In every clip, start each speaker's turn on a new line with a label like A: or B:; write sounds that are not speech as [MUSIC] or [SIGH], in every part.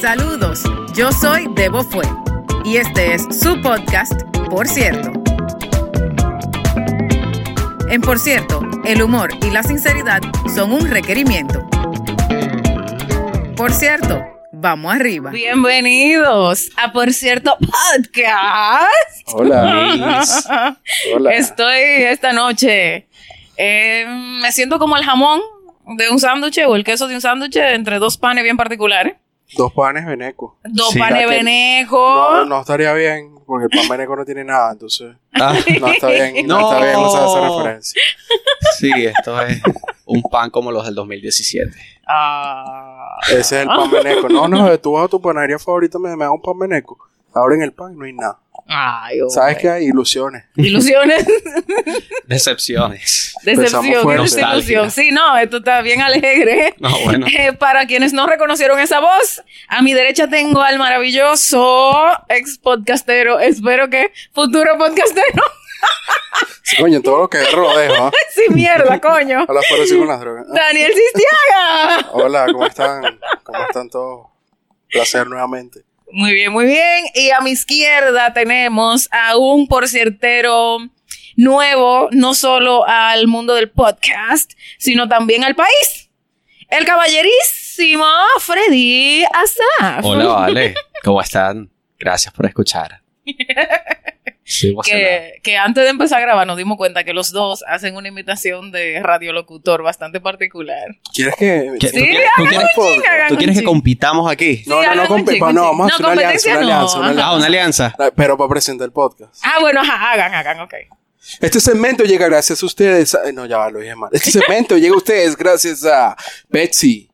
A: Saludos, yo soy Debo Fue y este es su podcast, Por cierto. En Por cierto, el humor y la sinceridad son un requerimiento. Por cierto, vamos arriba.
B: Bienvenidos a Por cierto Podcast.
C: [LAUGHS]
D: Hola. Hola.
B: Estoy esta noche. eh, me siento como el jamón de un sándwich o el queso de un sándwich entre dos panes bien particulares.
D: Dos panes veneco.
B: Dos
C: Sí.
B: panes
D: Ya que-
B: veneco.
D: No, no estaría bien, porque el pan veneco no tiene nada, entonces.
C: Ah,
D: No está bien, no,
C: No.
D: está bien, no se hace referencia.
C: sí, esto es un pan como los del 2017.
B: Ah.
D: Ese es el pan veneco. No, no, eh, tú vas a tu panadería favorita, me, me da un pan veneco. Ahora en el pan no hay nada.
B: Ay, hombre.
D: ¿Sabes qué hay? Ilusiones. [LAUGHS]
B: Ilusiones,
C: Decepciones.
D: fuerte.
B: decepciones, desilusión.
C: Nostalgia.
B: Sí, no, esto está bien alegre.
C: No, bueno.
B: [LAUGHS] Eh, para quienes no reconocieron esa voz, a mi derecha tengo al maravilloso ex podcastero, espero que futuro podcastero.
D: Sí, coño, todo lo que erro lo dejo. ¿ah?
B: sí, mierda, coño.
D: Hola, fuera así con las drogas. Ah,
B: Daniel Sistiaga.
D: Hola, ¿cómo están? ¿Cómo están todos? Placer nuevamente.
B: Muy bien, muy bien. Y a mi izquierda tenemos a un porciertero nuevo, no solo al mundo del podcast, sino también al país. El caballerísimo Freddy Azaf.
C: Hola, vale. ¿Cómo están? Gracias por escuchar. Sí, emocionado.
B: que, que antes de empezar a grabar nos dimos cuenta que los dos hacen una imitación de radiolocutor bastante particular.
D: ¿Quieres que.?
C: ¿Qué-
B: Sí,
C: tú quieres- tú
B: hagan
C: quieres-
B: un ching, hagan
C: ¿Tú
B: un
C: quieres que
B: ching.
C: compitamos aquí?
B: Sí,
D: No, no, no,
B: hagan un
D: compe-
B: chingo,
D: no,
B: un
D: vamos a
B: chingo.
D: hacer una
B: No,
D: alianza, una
B: competencia
D: alianza,
B: no,
D: una
B: ajá.
C: Ah, una alianza.
D: alianza. Pero para presentar el podcast.
B: Ah, bueno, ajá, hagan, hagan, ok.
D: Este segmento llega gracias a ustedes. a- No, ya va, lo dije mal. Este segmento llega a ustedes gracias a Betsy,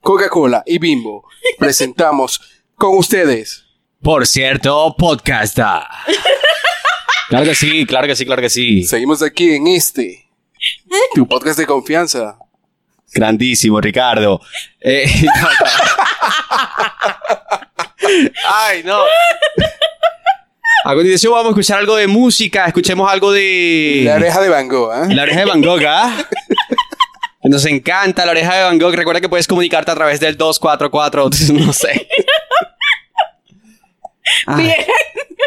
D: Coca-Cola y Bimbo. Presentamos con ustedes.
C: Por cierto, podcast. Claro que sí, claro que sí, claro que sí.
D: Seguimos aquí en este, tu podcast de confianza.
C: Grandísimo, Ricardo. Eh, [LAUGHS] no, no. Ay, no. A continuación vamos a escuchar algo de música, escuchemos algo de...
D: La oreja de Van Gogh, ¿eh?
C: La oreja de Van Gogh, ¿ah? Nos encanta la oreja de Van Gogh. Recuerda que puedes comunicarte a través del 244, [LAUGHS] no sé. Ay,
B: Bien,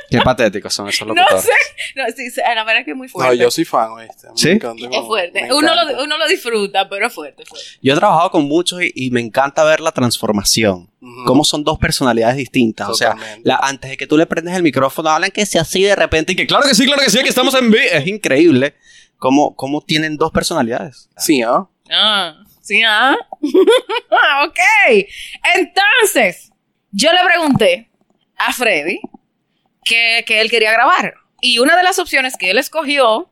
C: qué patéticos son esos
B: no
C: locutores.
B: sé. No, sí, sí, la verdad es que es muy
D: No,
B: fuerte.
D: yo soy fan, ¿oíste? Me
C: ¿Sí?
D: encanta
B: es
D: como-
B: fuerte.
D: me
B: Uno
D: encanta.
B: lo, uno lo disfruta, pero es fuerte, fuerte.
C: Yo he trabajado con muchos y, y me encanta ver la transformación.
D: Ujú.
B: Mm.
C: Cómo son dos personalidades distintas. O sea,
D: Totalmente.
C: la- antes de que tú le prendes el micrófono, hablan que sea así de repente y que claro que sí, claro que sí, que estamos en vivo. Es increíble cómo, cómo tienen dos personalidades.
D: Sí, ¿ah?
B: Ah, sí, ah. [LAUGHS] ok. Entonces, yo le pregunté a Freddy que, que él quería grabar. Y una de las opciones que él escogió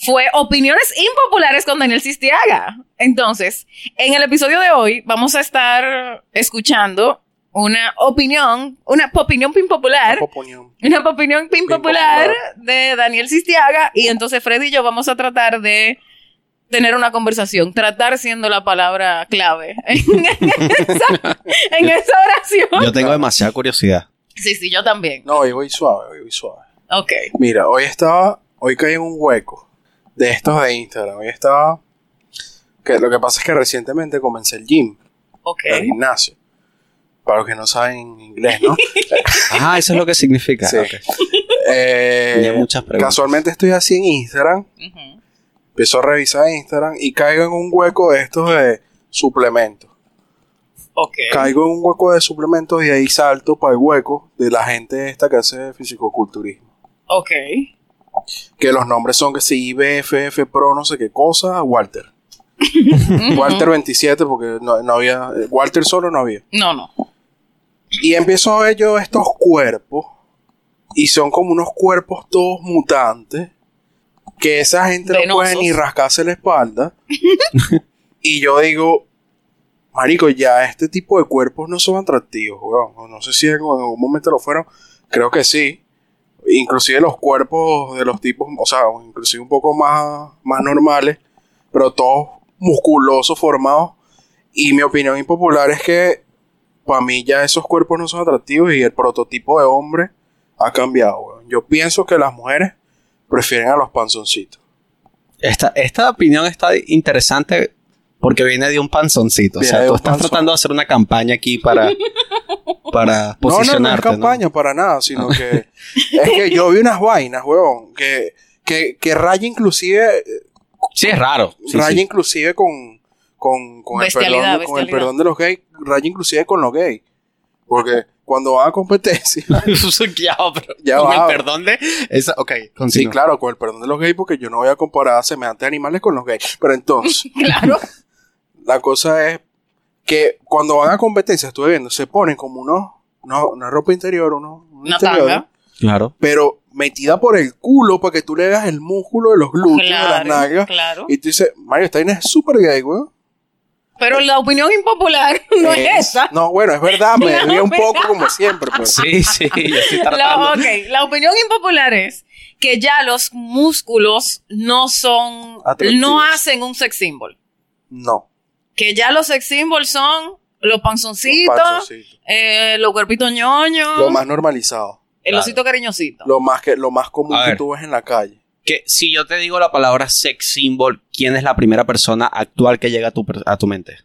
B: fue opiniones impopulares con Daniel Sistiaga. Entonces, en el episodio de hoy vamos a estar escuchando una opinión, una opinión impopular.
D: Poponión.
B: Una opinión pin popular de Daniel Sistiaga. Y entonces Freddy y yo vamos a tratar de tener una conversación. Tratar siendo la palabra clave en, [LAUGHS] esa, [LAUGHS] en esa oración.
C: Yo tengo demasiada curiosidad.
B: Sí, sí, yo también.
D: No, hoy voy suave, hoy voy suave.
B: Ok.
D: Mira, hoy estaba, hoy caí en un hueco de estos de Instagram. Hoy estaba, que lo que pasa es que recientemente comencé el gym.
B: Ok.
D: el gimnasio. Para los que no saben inglés, ¿no?
C: Ah, eso es lo que significa.
D: Sí.
C: Ok.
D: Eh,
C: Tenía muchas preguntas.
D: Casualmente estoy así en Instagram.
B: Ujú.
D: Empiezo a revisar Instagram y caigo en un hueco de estos de suplementos.
B: Ok.
D: Caigo en un hueco de suplementos y ahí salto para el hueco de la gente esta que hace fisicoculturismo.
B: Ok.
D: Que los nombres son que si IBFF Pro, no sé qué cosa, Walter. Walter 27, porque no, no había. Walter solo no había.
B: No, no.
D: Y empiezo a ver yo estos cuerpos. Y son como unos cuerpos todos mutantes. Que esa gente no
B: Venosos.
D: puede ni rascarse la espalda. [LAUGHS] y yo digo, Marico, ya este tipo de cuerpos no son atractivos, weón. No sé si en en algún momento lo fueron. Creo que sí. Inclusive los cuerpos de los tipos, o sea, inclusive un poco más, más normales. Pero todos musculosos, formados. Y mi opinión impopular es que para mí ya esos cuerpos no son atractivos y el prototipo de hombre ha cambiado. weón. Yo pienso que las mujeres prefieren a los panzoncitos.
C: Esta, esta opinión está interesante porque viene de un panzoncito. o
D: Viene
C: sea,
D: de
C: tú
D: un
C: estás
D: panzón. [LAUGHS]
C: tratando de hacer una campaña aquí para,
D: No, no,
C: para
D: no es
C: posicionarte. Ah.
D: campaña para nada, sino que es que yo vi unas vainas, huevón, que, que, que raya inclusive, eh,
C: Sí, es raro. Sí,
D: raya
C: sí.
D: inclusive con, con, con, el
B: Bestialidad,
D: perdón, con el
B: bestialidad.
D: perdón de los gays, raya inclusive con los gays. Porque cuando van a competencia,
C: [LAUGHS] Eso es guiado, pero
D: Ya
C: con
D: va.
C: el perdón de... Esa, ok,
D: sí,
C: continúa.
D: claro, con el perdón de los gays, porque yo no voy a comparar a semejantes animales con los gays. Pero entonces,
B: [LAUGHS] Claro.
D: la cosa es que cuando van a competencia, estuve viendo, se ponen como unos, no, una ropa interior, unos, un
B: Una
D: interior,
B: tanga.
C: Claro.
D: pero metida por el culo para que tú le veas el músculo de los glúteos, de las
B: Claro.
D: nalgas.
B: claro.
D: Y tú dices, Mario, esta vaina es súper gay, weón.
B: Pero la opinión impopular [LAUGHS] no es, esa.
D: Eh, No, bueno, es verdad,
B: [LAUGHS]
D: me
B: No,
D: debía un
B: ¿verdad?
D: poco como siempre, pues.
C: Sí, sí, [LAUGHS] yo estoy
B: La,
C: tratando.
B: ok, la opinión impopular es que ya los músculos no son,
D: Atractivos.
B: no hacen un sex symbol.
D: No.
B: Que ya los sex symbols son los panzoncitos,
D: los panzoncitos.
B: eh, los cuerpitos ñoños,
D: Lo más normalizado.
B: el
C: Claro.
B: osito cariñosito.
D: Lo más, que, lo más común
C: A
D: que
C: ver.
D: tú ves en la calle.
C: Que si yo te digo la palabra sex symbol, ¿quién es la primera persona actual que llega a tu, per- a tu mente?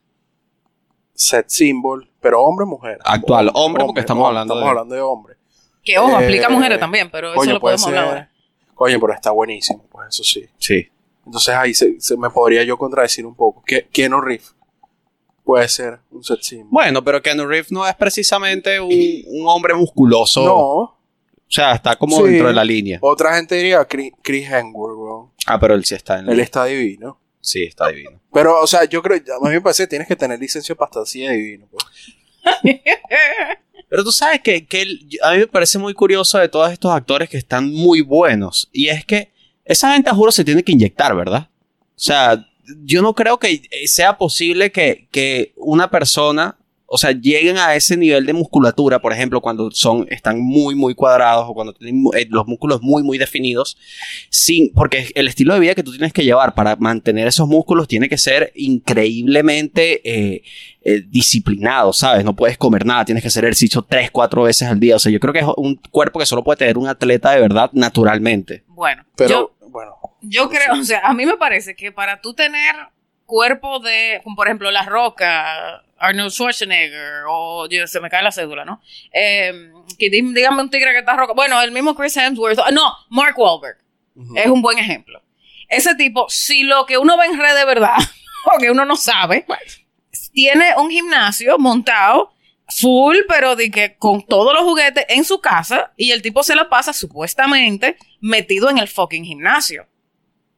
D: Set symbol, pero hombre o mujer.
C: Actual, hombre, porque estamos hablando
D: Estamos
C: de-
D: hablando de hombre.
B: que ojo,
D: Eh,
B: aplica a mujeres también, pero eso
D: Coño,
B: lo
D: puede
B: podemos
D: ser.
B: hablar ahora.
D: Coño, pero está buenísimo, pues eso sí.
C: Sí.
D: Entonces ahí se, se me podría yo contradecir un poco. ¿Qué, Keanu Reeves puede ser un set symbol.
C: Bueno, pero Keanu Reeves no es precisamente un, un hombre musculoso.
D: no,
C: O sea, está como
D: Sí.
C: dentro de la línea.
D: Otra gente diría Chris, Chris Hemsworth, weón.
C: Ah, pero él sí está en
D: Él está divino.
C: Sí, está divino.
D: Pero, o sea, yo creo, a mí me parece que tienes que tener licencia para estar así de divino. pues.
C: Pero tú sabes que, que él- a mí me parece muy curioso de todos estos actores que están muy buenos. Y es que esa gente, juro, se tiene que inyectar, ¿verdad? O sea, yo no creo que eh, sea posible que, que una persona, o sea, lleguen a ese nivel de musculatura, por ejemplo, cuando son, están muy, muy cuadrados o cuando tienen mu- eh, los músculos muy, muy definidos, sin, porque el estilo de vida que tú tienes que llevar para mantener esos músculos tiene que ser increíblemente eh, eh, disciplinado, ¿sabes? No puedes comer nada, tienes que hacer ejercicio tres, cuatro veces al día. O sea, yo creo que es un cuerpo que solo puede tener un atleta de verdad naturalmente.
B: Bueno, yo,
D: Pero, bueno,
B: yo creo, [LAUGHS] o sea, a mí me parece que para tú tener cuerpo de, como por ejemplo, La Roca, Arnold Schwarzenegger, o Dios, se me cae la cédula, ¿no? Eh, que di- dígame un tigre que está roca. Bueno, el mismo Chris Hemsworth, ah, no, Mark Wahlberg.
D: ujú.
B: Es un buen ejemplo. Ese tipo, si lo que uno ve en red de verdad, [LAUGHS] o que uno no sabe, tiene un gimnasio montado full, pero de que con todos los juguetes en su casa y el tipo se la pasa supuestamente metido en el fucking gimnasio.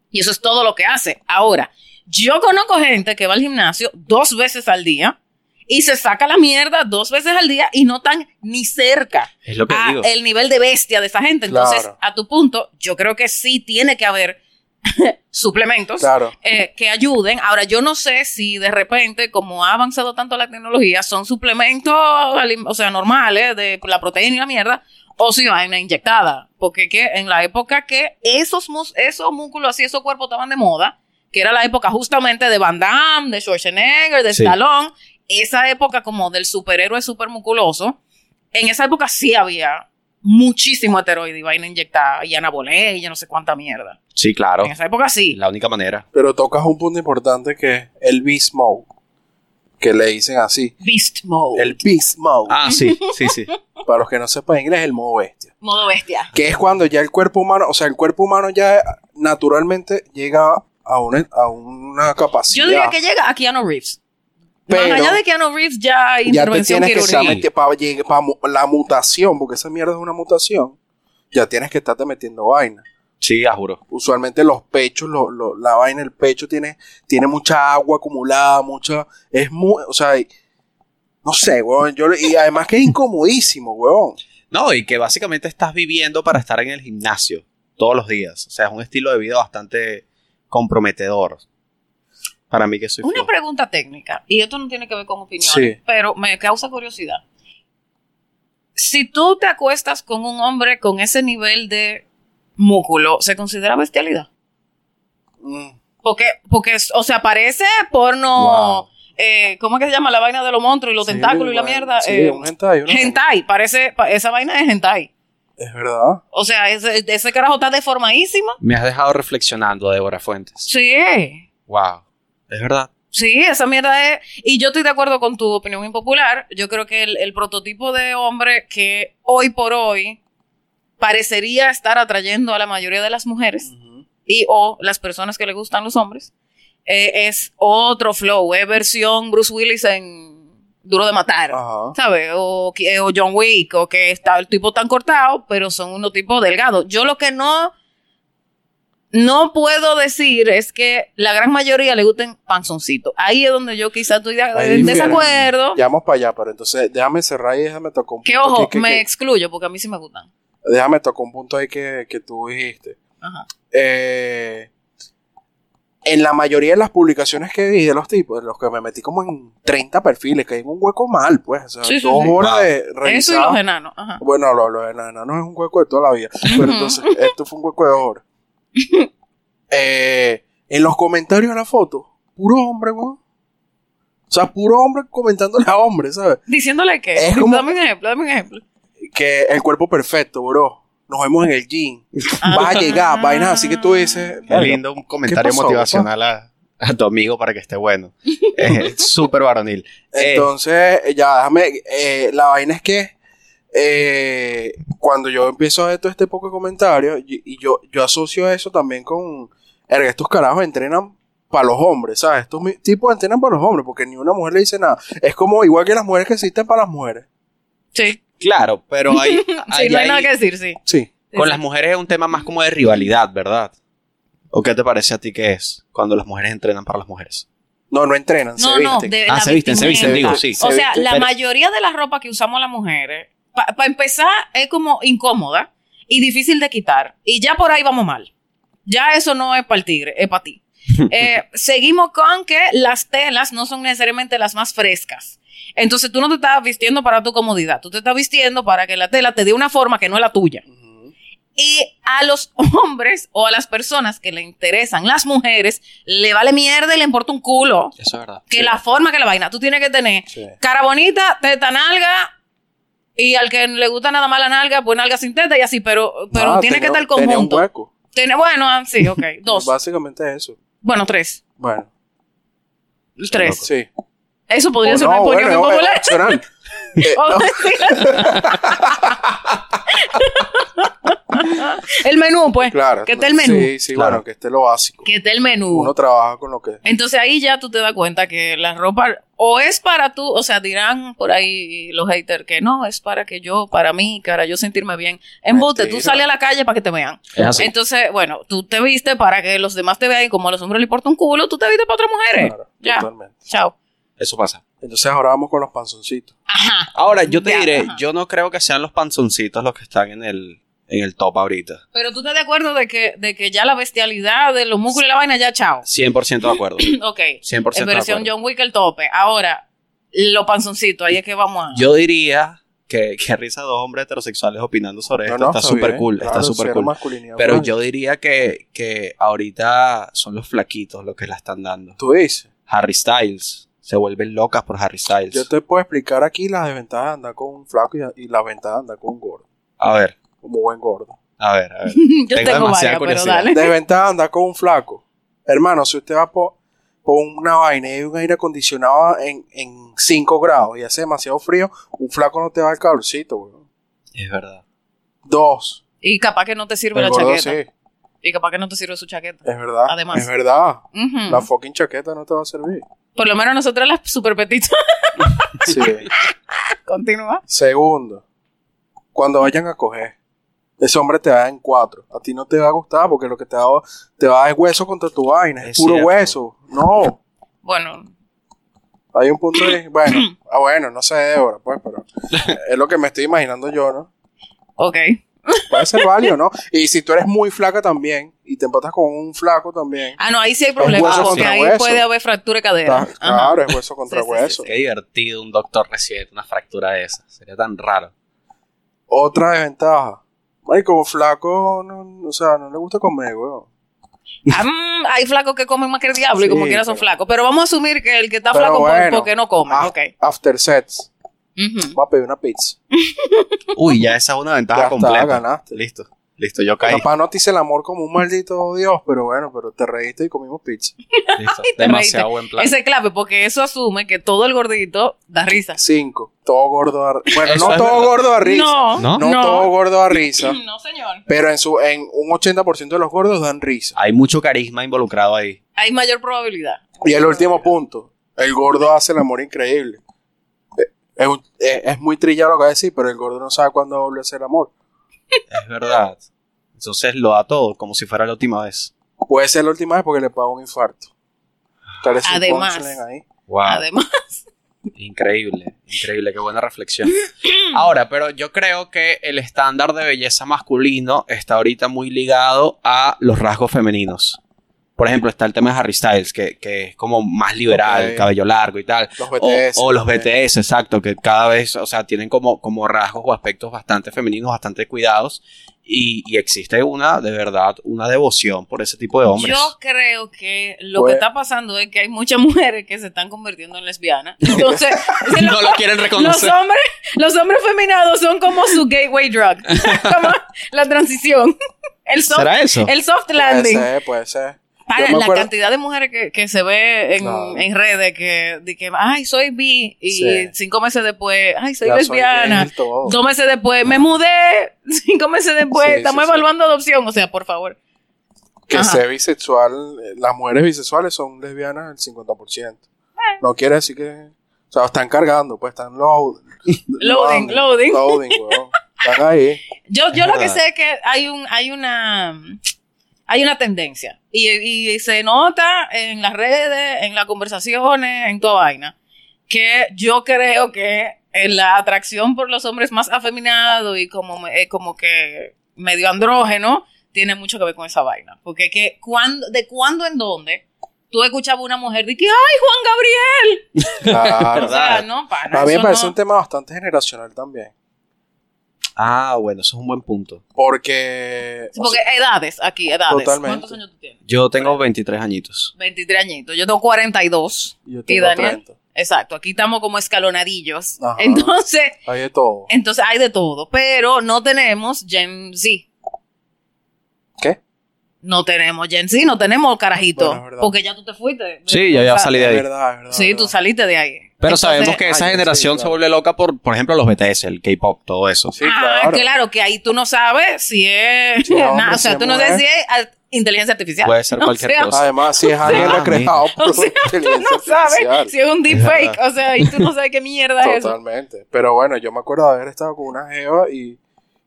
B: Y eso es todo lo que hace. Ahora, yo conozco gente que va al gimnasio dos veces al día y se saca la mierda dos veces al día y no tan ni cerca
C: Es lo que
B: a
C: digo.
B: el nivel de bestia de esa gente. Entonces,
D: Claro.
B: a tu punto, yo creo que sí tiene que haber [LAUGHS] suplementos
D: claro.
B: eh, que ayuden. Ahora, yo no sé si de repente, como ha avanzado tanto la tecnología, son suplementos, alim- o sea, normales, de la proteína y la mierda, o si vaina inyectada. Porque que en la época que esos, mus- esos músculos así, esos cuerpos estaban de moda, que era la época justamente de Van Damme, de Schwarzenegger, de
C: Sí.
B: Stallone, esa época como del superhéroe supermusculoso, en esa época sí había muchísimo esteroide y vaina inyectada y anabolé y yo no sé cuánta mierda.
C: Sí, claro.
B: En esa época sí.
C: La única manera.
D: Pero tocas un punto importante que es el beast mode. Que le dicen así.
B: Beast mode.
D: El beast mode.
C: Ah, sí, sí, sí.
D: Para los que no sepan inglés, el modo bestia.
B: Modo bestia.
D: Que es cuando ya el cuerpo humano, o sea, el cuerpo humano ya naturalmente llega a una, a una capacidad.
B: Yo diría que llega a Keanu Reeves.
D: Pero-
B: Más allá de Keanu Reeves ya hay
D: ya te
B: intervención
D: tienes que estar
B: quirúrgica.
D: meti- pa- llegue- pa mu- la mutación, porque esa mierda es una mutación. Ya tienes que estarte metiendo vaina.
C: Sí, ah, juro.
D: Usualmente los pechos, lo- lo- la vaina, el pecho tiene, tiene mucha agua acumulada, mucha. Es muy. O sea, y- no sé, weón. Yo, le- y además que es incomodísimo, weón.
C: No, y que básicamente estás viviendo para estar en el gimnasio todos los días. O sea, es un estilo de vida bastante comprometedor. Para mí que soy
B: Una
C: flojo.
B: pregunta técnica, y esto no tiene que ver con opinión,
D: Sí.
B: pero me causa curiosidad. Si tú te acuestas con un hombre con ese nivel de músculo, ¿se considera bestialidad?
D: Mm.
B: Porque, porque o sea, parece porno...
D: Wow.
B: eh, ¿Cómo es que se llama la vaina de los monstruos y los
D: Sí,
B: tentáculos y la
D: weón.
B: mierda?
D: Sí,
B: Eh,
D: un hentai, una-
B: hentai, parece, pa- esa vaina es hentai.
D: Es verdad.
B: O sea, ese, ese carajo está deformadísimo.
C: Me has dejado reflexionando, Débora Fuentes.
B: Sí.
C: Wow. Es verdad.
B: Sí, esa mierda es. Y yo estoy de acuerdo con tu opinión impopular. Yo creo que el, el prototipo de hombre que hoy por hoy parecería estar atrayendo a la mayoría de las mujeres
D: Ujú.
B: y o las personas que le gustan los hombres eh, es otro flow, es versión Bruce Willis en Duro de Matar.
D: Ajá.
B: ¿sabes? O, que- o John Wick, o que está el tipo tan cortado, pero son unos tipos delgados. Yo lo que no, no puedo decir es que la gran mayoría le gusten panzoncitos. Ahí es donde yo quizás estoy de-
D: Ahí
B: en
D: difiere.
B: desacuerdo.
D: Ya vamos para allá, pero entonces déjame cerrar y déjame tocar un punto.
B: Que ojo,
D: aquí que-
B: me
D: que-
B: excluyo porque a mí sí me gustan.
D: déjame tocar un punto ahí que, que tú dijiste.
B: Ajá.
D: Eh, en la mayoría de las publicaciones que vi de los tipos, de los que me metí como en 30 perfiles, que hay un hueco mal, pues. O sea,
B: Sí, sí,
D: dos
B: sí.
D: horas
C: Wow.
D: de
B: Eso y
D: revisado.
B: los enanos. Ajá.
D: Bueno, lo, lo de Nana no es un hueco de toda la vida. Pero
B: Ujú.
D: entonces, esto fue un hueco de oro. Eh, en los comentarios de la foto, puro hombre, weón. O sea, puro hombre comentándole a hombre, ¿sabes?
B: Diciéndole que.
D: Es como-
B: Dame un ejemplo, dame un ejemplo.
D: Que el cuerpo perfecto, bro. Nos vemos en el gym. Vas a llegar, vainas así que tú dices.
C: Qué lindo un comentario
D: pasó,
C: motivacional a, a tu amigo para que esté bueno.
B: [LAUGHS]
C: Es súper varonil. Eh,
D: Entonces, ya, déjame. eh, la vaina es que eh, cuando yo empiezo a ver todo este poco de comentarios, y, y yo, yo asocio eso también con. Erga, estos carajos entrenan para los hombres, ¿sabes? Estos mi- tipos entrenan para los hombres porque ni una mujer le dice nada. Es como igual que las mujeres que existen para las mujeres.
B: Sí,
C: claro, pero
B: [LAUGHS]
C: hay,
B: sí,
C: hay-
B: no hay
C: hay-
B: nada que decir, sí.
D: Sí.
B: Sí,
C: con
B: sí.
C: las mujeres es un tema más como de rivalidad, ¿verdad? ¿O qué te parece a ti que es cuando las mujeres entrenan para las mujeres?
D: No, no entrenan,
B: No,
D: se
B: no,
D: visten.
B: de
C: Ah,
B: la
C: se visten, se visten,
B: vestimenta.
C: digo, sí.
B: O
D: Se
B: sea,
D: visten.
B: la
C: Pero-
B: mayoría de la ropa que usamos las mujeres, para empezar, es como incómoda y difícil de quitar. Y ya por ahí vamos mal. Ya eso no es para el tigre, es para ti. Eh, seguimos con que las telas no son necesariamente las más frescas. Entonces tú no te estás vistiendo para tu comodidad, tú te estás vistiendo para que la tela te dé una forma que no es la tuya.
D: Ujú.
B: Y a los [LAUGHS] hombres o a las personas que le interesan las mujeres, le vale mierda y le importa un culo
C: Eso es verdad.
B: que la forma que la vaina. Tú tienes que tener
D: Sí.
B: cara bonita, teta nalga. Y al que le gusta nada más la nalga, pues nalga sin teta y así, pero, pero
D: Nada,
B: tiene que
D: tener-
B: estar el
D: tener Ah, un
B: conjunto.
D: hueco.
B: Tiene, bueno, ah, sí,
D: [LAUGHS]
B: ok. Dos.
D: Básicamente eso.
B: Bueno, tres.
D: Bueno,
B: Tres.
D: sí.
B: Eso podría
D: O
B: ser una
D: Oh, no,
B: opinión
D: bueno, es
B: impopular. [LAUGHS] Oh,
D: opcional. Eh,
B: O
D: no.
B: sea, [LAUGHS] el menú, pues.
D: Claro.
B: Que esté el menú.
D: Sí, sí,
C: Claro.
D: bueno, que esté lo básico.
B: Que esté el menú.
D: Uno trabaja con lo que.
B: Entonces ahí ya tú te das cuenta que la ropa o es para tú, o sea, dirán por ahí los haters que no, es para que yo, para mí, cara, yo sentirme bien. En bote, tú
D: Mentira.
B: sales a la calle para que te vean.
C: Es así.
B: Entonces, bueno, tú te viste para que los demás te vean y como a los hombres les importa un culo, tú te viste para otras mujeres.
D: Claro,
B: ya,
D: totalmente.
B: chao.
C: Eso pasa.
D: Entonces ahora vamos con los panzoncitos.
B: Ajá.
C: Ahora, yo te
B: Ya,
C: diré,
B: ajá.
C: yo no creo que sean los panzoncitos los que están en el, en el top ahorita.
B: Pero tú estás de acuerdo de que, de que ya la bestialidad de los músculos y la vaina, ya chao.
C: 100% de
B: [COUGHS]
C: acuerdo.
B: ok.
C: 100%
B: En
C: de
B: versión
C: acuerdo.
B: John Wick el tope. Ahora, los panzoncitos, ahí es que vamos a.
C: Yo diría que, que risa dos hombres heterosexuales opinando sobre esto. está súper
D: bien,
C: cool, está
D: claro,
C: súper
D: cero
C: cool.
D: masculinidad
C: Pero
D: pura.
C: yo diría que, que ahorita son los flaquitos los que la están dando.
D: Tú dices,
C: Harry Styles. Se vuelven locas por Harry Styles.
D: yo te puedo explicar aquí las desventajas de andar con un flaco y, y las ventajas de andar con un gordo.
C: A ver,
D: Como buen gordo.
C: a ver, a ver.
B: [LAUGHS] Yo
C: Tengo
B: tengo
C: demasiada
B: varias, pero
C: curiosidad.
B: dale.
D: Desventajas de andar con un flaco. Hermano, si usted va por, por una vaina y hay un aire acondicionado en, en 5 grados y hace demasiado frío, un flaco no te va al calorcito, weón.
C: Es verdad.
D: Dos.
B: Y capaz que no te sirve
D: El
B: la
D: gordo
B: chaqueta.
D: sí,
B: Y capaz que no te sirve su chaqueta.
D: es verdad.
B: Además.
D: Es verdad.
C: Eh,
B: Ujú.
D: La fucking chaqueta no te va
B: [LAUGHS]
D: a servir.
B: Por lo menos nosotros las super petitas. [LAUGHS]
D: Sí.
B: Continúa.
D: Segundo, cuando vayan a coger, ese hombre te va en cuatro. A ti no te va a gustar porque lo que te va, te va es hueso contra tu vaina. Es,
C: Es
D: puro
C: cierto.
D: hueso. No.
B: Bueno,
D: Hay un punto
B: [CLEARS THROAT]
D: de. Bueno, ah, bueno, no sé, Débora, pues, pero es lo que me estoy imaginando yo, ¿no?
B: ok.
D: Puede ser válido, ¿no? Y si tú eres muy flaca también y te empatas con un flaco también.
B: Ah, no, ahí sí hay
D: hueso
B: problemas porque
D: contra
B: ahí
D: hueso.
B: puede haber fractura de cadera.
D: está-
C: Ah,
B: Ajá.
D: claro, es hueso contra
B: Sí, sí, sí,
D: hueso.
C: Qué divertido un doctor recibir una fractura de esa. Sería tan raro.
D: Otra desventaja. Marico, flaco, no, o sea, no le gusta comer, weón.
B: Ah, mm, hay flacos que comen más que el diablo y
D: Sí,
B: como quiera son
D: pero-
B: flacos. Pero vamos a asumir que el que está
D: Pero
B: flaco por-
D: bueno.
B: porque no come.
D: Ah.
B: Ok.
D: After sets.
B: Ujú.
D: Voy a pedir una pizza.
C: Uy, ya esa es una
D: Ya
C: ventaja
D: está, [LAUGHS]
C: completa.
D: ganaste.
C: Listo. Listo,
B: [LAUGHS]
C: yo caí.
D: Capaz no te hice el amor como un maldito Dios, pero bueno, pero te reíste y comimos pizza.
C: Listo.
B: te
C: Demasiado buen plan.
B: Ese clave, porque eso asume que todo el gordito da risa.
D: Cinco. Todo gordo a ri- Bueno,
C: Eso
D: no
C: es
D: todo
C: verdad.
D: gordo a risa.
B: No,
C: No,
B: no,
D: No todo gordo a risa.
B: No, señor.
D: Pero en, su, en un 80% de los gordos dan risa.
C: Hay mucho carisma involucrado ahí.
B: Hay mayor probabilidad.
D: Y el último punto. El gordo hace el amor increíble. Eh, Es, un- eh, es muy trillado lo que voy a decir, pero el gordo no sabe cuándo vuelve a hacer amor.
C: Es verdad. Entonces lo da todo, como si fuera la última vez.
D: Puede ser la última vez porque le paga un infarto. Tal vez un
B: Además.
D: punchline ahí.
C: Wow.
D: Ah,
B: Además,
C: Increíble, increíble, qué buena reflexión. Ahora, pero yo creo que el estándar de belleza masculino está ahorita muy ligado a los rasgos femeninos. Por ejemplo, está el tema de Harry Styles, que, que es como más liberal,
D: Ok.
C: cabello largo y tal.
D: Los
C: O,
D: BTS.
C: o los
D: también.
C: BTS, exacto, que cada vez, o sea, tienen como, como rasgos o aspectos bastante femeninos, bastante cuidados. Y, y existe una, de verdad, una devoción por ese tipo de hombres.
B: yo creo que lo
D: Pues-
B: que está pasando es que hay muchas [LAUGHS] mujeres que se están convirtiendo en
D: [LAUGHS]
B: lesbianas. Entonces, se lo-
C: [LAUGHS] no lo quieren
B: los
C: reconocer.
B: hombres, los hombres feminados son como su gateway
D: [LAUGHS]
B: drug. como la transición. El soft,
C: ¿Será eso?
B: el soft
D: Puede
B: landing.
D: ser, puede ser.
B: Para
D: Yo me
B: la
D: acuerdo-
B: cantidad de mujeres que, que se ve en,
D: Claro.
B: en redes que, de que, ay, soy bi, y
D: Sí.
B: cinco meses después, ay, soy
D: Ya soy
B: lesbiana,
D: gay y todo.
B: dos meses después, me mudé, [LAUGHS] cinco meses después,
D: Sí, sí,
B: estamos
D: sí.
B: evaluando adopción, o sea, por favor.
D: Que
B: Ajá.
D: sea bisexual, eh, las mujeres bisexuales son lesbianas el 50%. No quiere decir que. O sea, están cargando, pues están load-
B: [LAUGHS] Loading, loading.
D: Loading, weón. Están ahí.
B: Yo, yo
C: Es
B: lo que
C: verdad.
B: sé es que hay un, hay una, hay una tendencia, y, y se nota en las redes, en las conversaciones, en toda vaina, que yo creo que eh, la atracción por los hombres más afeminados y como, me- eh, como que medio andrógeno tiene mucho que ver con esa vaina. Porque que cuando, de cuándo en dónde tú escuchabas una mujer de que, ¡ay, Juan Gabriel!
D: Claro.
B: O sea,
C: Verdad.
B: no, para.
D: A mí me
B: eso
D: parece
B: no.
D: un tema bastante generacional también.
C: Ah, bueno, eso es un buen punto.
D: Porque.
B: Sí, Porque edades, aquí, edades.
D: Totalmente.
B: ¿Cuántos años tú tienes?
C: Yo tengo 23 añitos.
B: 23 añitos. Yo tengo 42.
D: Yo
B: ¿Y
D: tengo
B: Daniel?
D: 30.
B: Exacto, aquí estamos como escalonadillos.
D: Ajá.
B: Entonces,
D: Hay de todo.
B: entonces hay de todo, pero no tenemos Gen Z.
D: ¿Qué?
B: No tenemos Gen Z, no tenemos carajito.
D: Bueno, es verdad.
B: porque ya tú te fuiste.
C: Sí, ya, ya
B: O sea,
C: salí de
D: Es
C: ahí.
D: verdad, es verdad,
B: Sí,
D: es
B: tú
D: verdad.
B: saliste de ahí.
C: Pero
B: Entonces-
C: sabemos que esa
D: Ay, sí,
C: generación se
D: claro.
C: vuelve loca por, por ejemplo, los BTS, el K-pop, todo eso.
D: Sí,
B: ah,
D: claro.
B: claro. que ahí tú no sabes si es.
D: Si es hombre,
B: nada, o sea,
D: si es
B: tú no sabes
D: mujer.
B: si es ah, inteligencia artificial.
C: Puede ser
B: O
C: cualquier
B: sea,
C: cosa.
D: Además, si es alguien
C: Ah,
D: creado
B: [LAUGHS]
D: por
B: O sea, Tú
D: inteligencia
B: no sabes
D: artificial.
B: si es un deepfake.
C: verdad.
B: O sea, y tú no sabes qué mierda es eso.
D: Totalmente. Pero bueno, yo me acuerdo de haber estado con una jeva y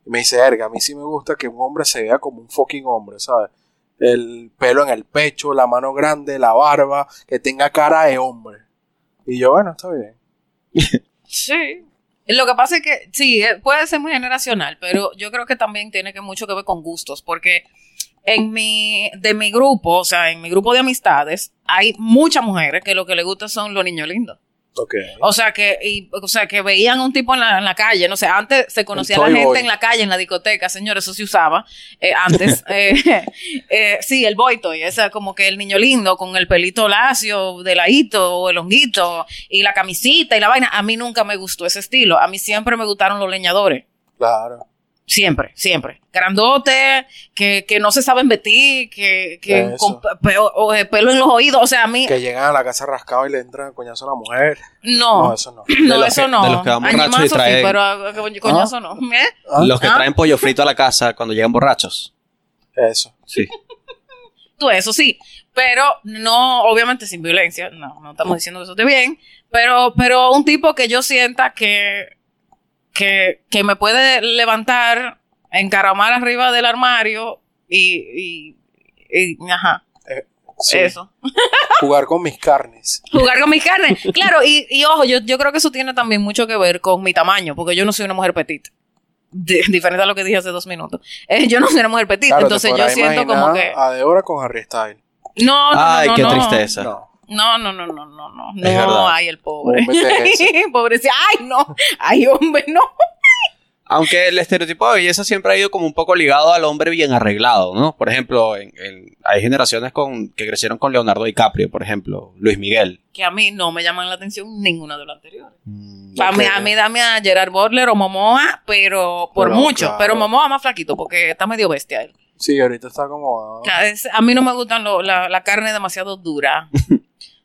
D: me dice, erga, a mí sí me gusta que un hombre se vea como un fucking hombre, ¿sabes? El pelo en el pecho, la mano grande, la barba, que tenga cara de hombre. Y yo, bueno, está bien.
B: Sí. Lo que pasa es que sí, eh, puede ser muy generacional, pero yo creo que también tiene que mucho que ver con gustos, porque en mi, de mi grupo, o sea, en mi grupo de amistades, hay muchas mujeres que lo que les gusta son los niños lindos.
D: Ok.
B: O sea, que, y- o sea, que veían a un tipo en la, en la calle, no sé, antes se conocía
D: El
B: la
D: Toy
B: gente
D: Boy.
B: en la calle, en la discoteca, señores, eso se usaba eh,
D: [LAUGHS]
B: antes. eh, [LAUGHS] eh, sí, el boy toy, esa como que el niño lindo con el pelito lacio, de ladito, o el honguito, y la camisita y la vaina. A mí nunca me gustó ese estilo, a mí siempre me gustaron los leñadores.
D: Claro.
B: Siempre, siempre. Grandote, que, que no se saben vestir, que, que
D: Eso.
B: con pe- pe- o- o, eh, pelo en los oídos. O sea, a mí,
D: Que llegan a la casa rascado y le entran coñazo a la mujer.
B: [LAUGHS]
D: No,
B: no.
D: eso no.
C: De
B: No,
C: los
B: eso
C: que-
B: no.
C: de los que van borrachos y
B: Añimazo sí,
C: traen-
B: pero ah, coño- coñazo no. ¿Eh?
D: Ah,
C: Los que
B: Ah.
C: traen pollo frito a la casa cuando llegan borrachos.
D: Eso.
C: Sí.
B: Tú, eso sí. Pero no, obviamente sin violencia. No, no estamos diciendo que eso esté bien. Pero, pero un tipo que yo sienta que, que, que me puede levantar, encaramar arriba del armario y, y, y- ajá,
D: Sí.
B: eso.
D: Jugar con mis carnes.
B: Jugar con mis carnes. Claro, y, y ojo, yo, yo creo que eso tiene también mucho que ver con mi tamaño, porque yo no soy una mujer petita. Di- diferente a lo que dije hace dos minutos. Eh, yo no soy una mujer petita,
D: Claro, te
B: entonces yo
D: podrás
B: siento como
D: imaginar
B: que...
D: A Deborah con Harry Styles.
B: No, no, no,
C: Ay,
B: no,
C: qué
B: no.
C: tristeza.
D: No.
B: No, no, no, no, no, no.
C: Es
B: [LAUGHS]
C: verdad.
B: No, ay, el pobre.
D: Un BTS.
B: Pobrecito. Ay, no. Ay, hombre, no.
C: Aunque el estereotipo de belleza siempre ha ido como un poco ligado al hombre bien arreglado, ¿no? Por ejemplo, en- en- hay generaciones con, que crecieron con Leonardo DiCaprio, por ejemplo, Luis Miguel.
B: Que a mí no me llaman la atención ninguna de las anteriores.
C: Mm,
B: A, mí,
C: ok.
B: a mí dame a Gerard Butler o Momoa, pero por
D: Pero,
B: mucho.
D: claro.
B: Pero Momoa más flaquito porque está medio bestia él.
D: Sí, ahorita está como.
B: Ca- es- A mí no me gustan lo- la, la carne demasiado
D: [LAUGHS]
B: dura.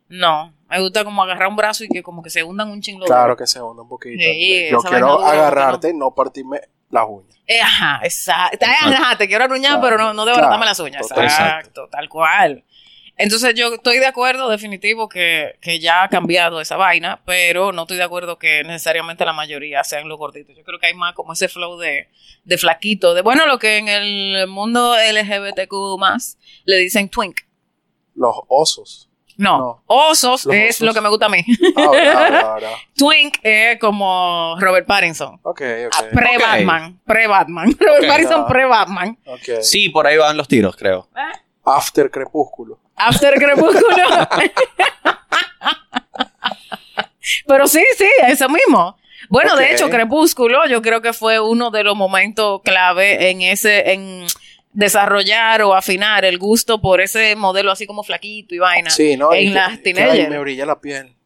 B: No, me gusta como agarrar un brazo y que como que se hundan un chingo.
D: Claro que se hunde un poquito.
B: Sí,
D: Yo
B: esa vaina
D: quiero
B: dura,
D: agarrarte y no partirme las uñas.
B: Eh, ajá, exacto. Ay,
C: Exacto.
B: ajá, te quiero arruñar,
D: Claro,
B: pero no, no debo atarme
D: claro,
B: las uñas.
D: total.
B: Exacto, tal cual. Entonces yo estoy de acuerdo, definitivo, que, que ya ha cambiado esa vaina, pero no estoy de acuerdo que necesariamente la mayoría sean los gorditos. Yo creo que hay más como ese flow de, de flaquito, de bueno, lo que en el mundo LGBTQ más le dicen twink.
D: Los osos. Ah,
B: No,
D: No.
B: osos
D: Los
B: es
D: osos.
B: lo que me gusta a mí. [LAUGHS]
D: Ahora, ahora, ahora.
B: twink es como Robert Pattinson.
D: Ok,
B: Ah,
D: ok.
B: Pre-Batman, pre-Batman. [LAUGHS] Robert Pattinson,
D: Ah.
B: pre-Batman.
D: okay.
C: Sí, por ahí van los tiros, creo.
D: After crepúsculo.
B: After Crepúsculo.
D: [LAUGHS]
B: Pero sí, sí, eso mismo. Bueno,
D: Ok.
B: de hecho, Crepúsculo yo creo que fue uno de los momentos clave en ese, en desarrollar o afinar el gusto por ese modelo así como flaquito y vaina.
D: Sí, ¿no?
B: En
D: Y
B: las
D: que- que
B: teenagers.
D: ahí me brilla la piel.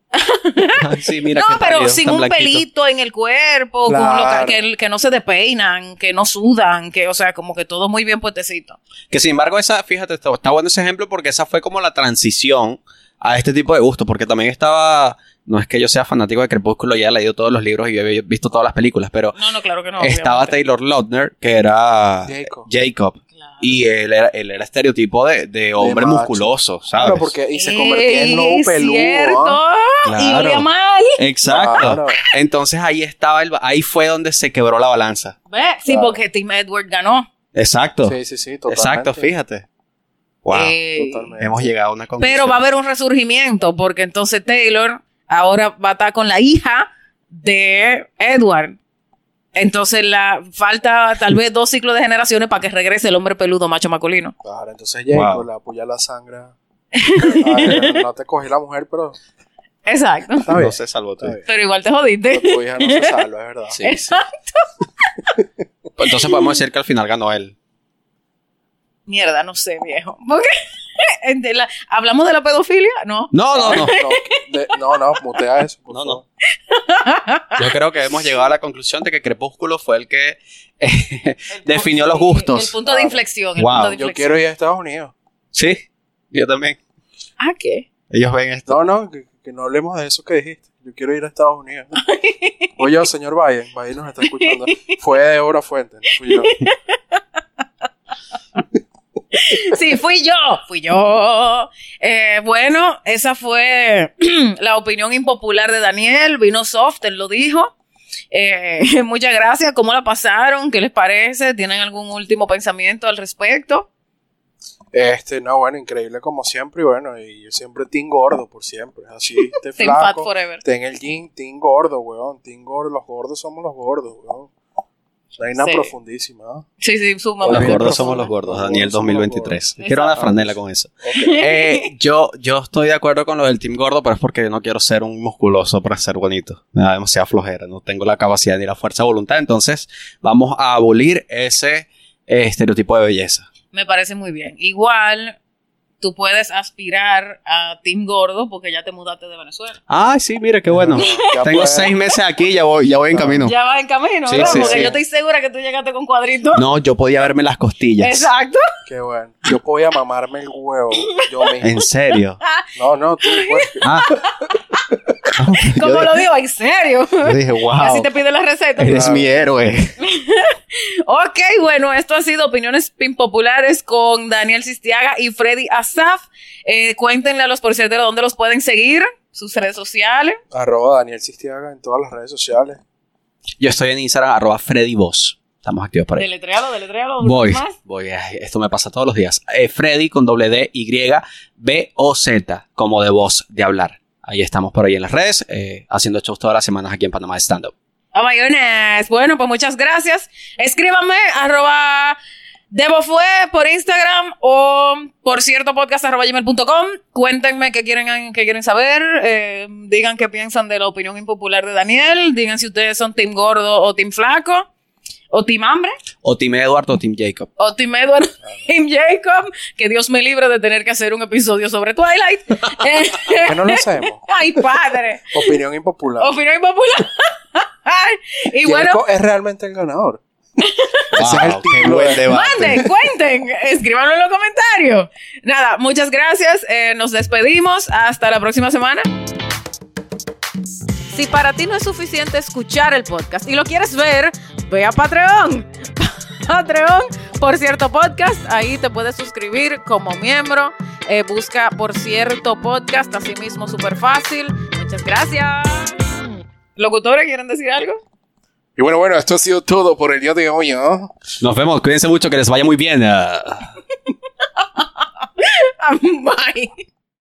C: sí, mira
B: no,
C: qué
B: pero
C: pálido,
B: sin
C: tan
B: un
C: blanquito.
B: pelito en el cuerpo, con
D: Claro.
B: loca- que, que no se despeinan, que no sudan, que, o sea, como que todo muy bien puestecito.
C: Que sin embargo, esa, fíjate, está, está bueno ese ejemplo porque esa fue como la transición a este tipo de gusto. Porque también estaba. No es que yo sea fanático de Crepúsculo, ya he leído todos los libros y yo he visto todas las películas, pero
B: No, no, claro que no.
C: estaba
B: obviamente.
C: Taylor Lautner, que era
D: Jacob.
C: Jacob,
B: Claro.
C: y él era, él era estereotipo de, de hombre
D: macho.
C: musculoso, ¿sabes?
D: Claro, porque y se convertía en lobo
B: Ey,
D: peludo.
B: cierto.
D: ¿ah?
B: Y olía
C: Claro.
B: mal.
C: Exacto.
D: Claro.
C: Entonces ahí estaba, el, ba- ahí fue donde se quebró la balanza.
B: ¿Ve? Sí,
D: Claro.
B: porque Tim Edward ganó.
C: Exacto.
D: Sí, sí, sí, totalmente.
C: Exacto, fíjate. Wow.
B: Eh,
D: Ah, Totalmente.
C: Hemos llegado a una conclusión.
B: pero va a haber un resurgimiento porque entonces Taylor ahora va a estar con la hija de Edward. Entonces la falta tal vez dos ciclos de generaciones para que regrese el hombre peludo macho masculino.
D: Claro, entonces Jacob
C: Wow.
D: le apoya
B: [LAUGHS]
D: la sangre. Ay, no te cogí la mujer, pero
B: Exacto.
D: está bien.
C: No se salvó tú.
D: Está bien.
B: Pero igual te
D: Pero
B: jodiste.
D: tu hija no se salva, es verdad.
C: Sí, sí. Pues Entonces podemos decir que al final ganó él.
B: Mierda, no sé, [LAUGHS] viejo. ¿Por qué? De la- ¿Hablamos de la pedofilia? No.
C: No, no, no.
D: No, de- no, no, mutea eso. por
C: No,
D: favor.
C: Yo creo que hemos llegado a la conclusión de que Crepúsculo fue el que eh, definió los
B: El
C: gustos.
B: punto de inflexión. el
C: Wow.
B: punto de
D: Yo
B: inflexión.
D: quiero ir a Estados Unidos.
C: Sí, yo también.
B: ¿Ah, qué?
C: Ellos ven esto.
D: No, no, que, que no hablemos de eso que dijiste. Yo quiero ir a Estados Unidos.
B: [LAUGHS]
D: Oye, señor Biden, Biden nos está escuchando. Fue Débora Fuente, no fui yo.
B: Sí, fui yo, fui yo. Eh, bueno, esa fue [CLEARS THROAT] la opinión impopular de Daniel. Vino soft, él lo dijo. Eh, [LAUGHS] muchas gracias. ¿Cómo la pasaron? ¿Qué les parece? ¿Tienen algún último pensamiento al respecto?
D: Este, no, bueno, increíble como siempre. Y bueno, y yo siempre team gordo, por siempre. Así, te
B: Team Fat
D: flaco.
B: Forever.
D: Ten el gym, team gordo, weón. Team gordo, los gordos somos los gordos, weón. Hay una
B: Sí.
D: profundísima. ¿ah?
B: Sí, sí, suma.
D: Los
C: Los
D: Olvídate,
C: gordos
D: por
C: somos
D: favor.
C: los gordos,
D: Los
C: Daniel
D: gordos somos los
C: 2023.
B: gordos.
C: Quiero una
B: Exacto.
C: franela con eso.
D: Ok.
C: Eh, yo, yo estoy de acuerdo con lo del Team Gordo, pero es porque yo no quiero ser un musculoso para ser bonito. Me da demasiada flojera. No tengo la capacidad ni la fuerza de voluntad. Entonces, vamos a abolir ese eh, estereotipo de belleza.
B: Me parece muy bien. Igual, tú puedes aspirar a Team Gordo porque ya te mudaste de Venezuela.
C: Ay, Ah, sí, mira, qué bueno.
D: Ya
C: Tengo
D: pues,
C: seis meses aquí, ya voy, ya voy en camino.
B: Ya vas en camino,
C: Sí,
B: ¿verdad?
C: sí,
B: porque
C: sí.
B: yo estoy segura que tú llegaste con cuadritos.
C: No, yo podía verme las costillas.
B: Exacto.
D: Qué bueno. Yo podía mamarme el huevo. Yo
C: [LAUGHS]
D: mismo.
C: En serio.
D: No, no, tú, pues.
B: [LAUGHS]
C: Ah. Yo
B: Como
C: di-
B: lo digo, en
C: [LAUGHS]
B: serio.
C: yo dije,
B: Así
C: wow.
B: te pide la receta.
C: Eres mi héroe.
B: Ok, bueno, esto ha sido Opiniones Populares con Daniel Sistiaga y Freddy Asaf. Eh, cuéntenle a los porcierteros dónde los pueden seguir, sus redes sociales.
D: Arroba Daniel Sistiaga en todas las redes sociales.
C: Yo estoy en Instagram, arroba Freddy Voz. Estamos activos por ahí.
B: Deletrealo, deletrealo.
C: Voy,
B: más.
C: voy, ay, esto me pasa todos los días. Eh, Freddy con doble D, Y, B, O, Z, como de voz, de hablar. Ahí estamos por ahí en las redes, eh, haciendo shows todas las semanas aquí en Panamá de Stand Up.
B: Oh my goodness. Bueno, pues muchas gracias. Escríbanme, arroba Debofue por Instagram o por cierto podcast arroba gmail.com. Cuéntenme qué quieren, qué quieren saber. eh, digan qué piensan de la opinión impopular de Daniel. Digan si ustedes son team gordo o team flaco. O Tim Hambre,
C: O Tim Edward o Tim Jacob.
B: o Tim Edward, Tim Jacob, que Dios me libre de tener que hacer un episodio sobre Twilight. Eh, [LAUGHS]
D: Que no lo [LAUGHS] hacemos.
B: Ay, padre.
D: Opinión impopular.
B: Opinión impopular. [LAUGHS] y
D: Jericho
B: bueno,
D: es realmente el ganador. Ese es
C: Wow,
D: el
C: qué
D: título.
B: [LAUGHS]
C: buen debate.
B: manden, cuenten, escríbanlo en los comentarios. Nada, muchas gracias. eh, nos despedimos. Hasta la próxima semana. Si para ti no es suficiente escuchar el podcast y lo quieres ver, ve a Patreon. [LAUGHS] Patreon, por cierto podcast, ahí te puedes suscribir como miembro. Eh, busca por cierto podcast, así mismo súper fácil. Muchas gracias. ¿Locutora quieren decir algo?
D: Y bueno, bueno, esto ha sido todo por el día de hoy, ¿no?
C: Nos vemos. eh. Cuídense mucho. Que les vaya muy bien. ah.
B: [LAUGHS] Bye.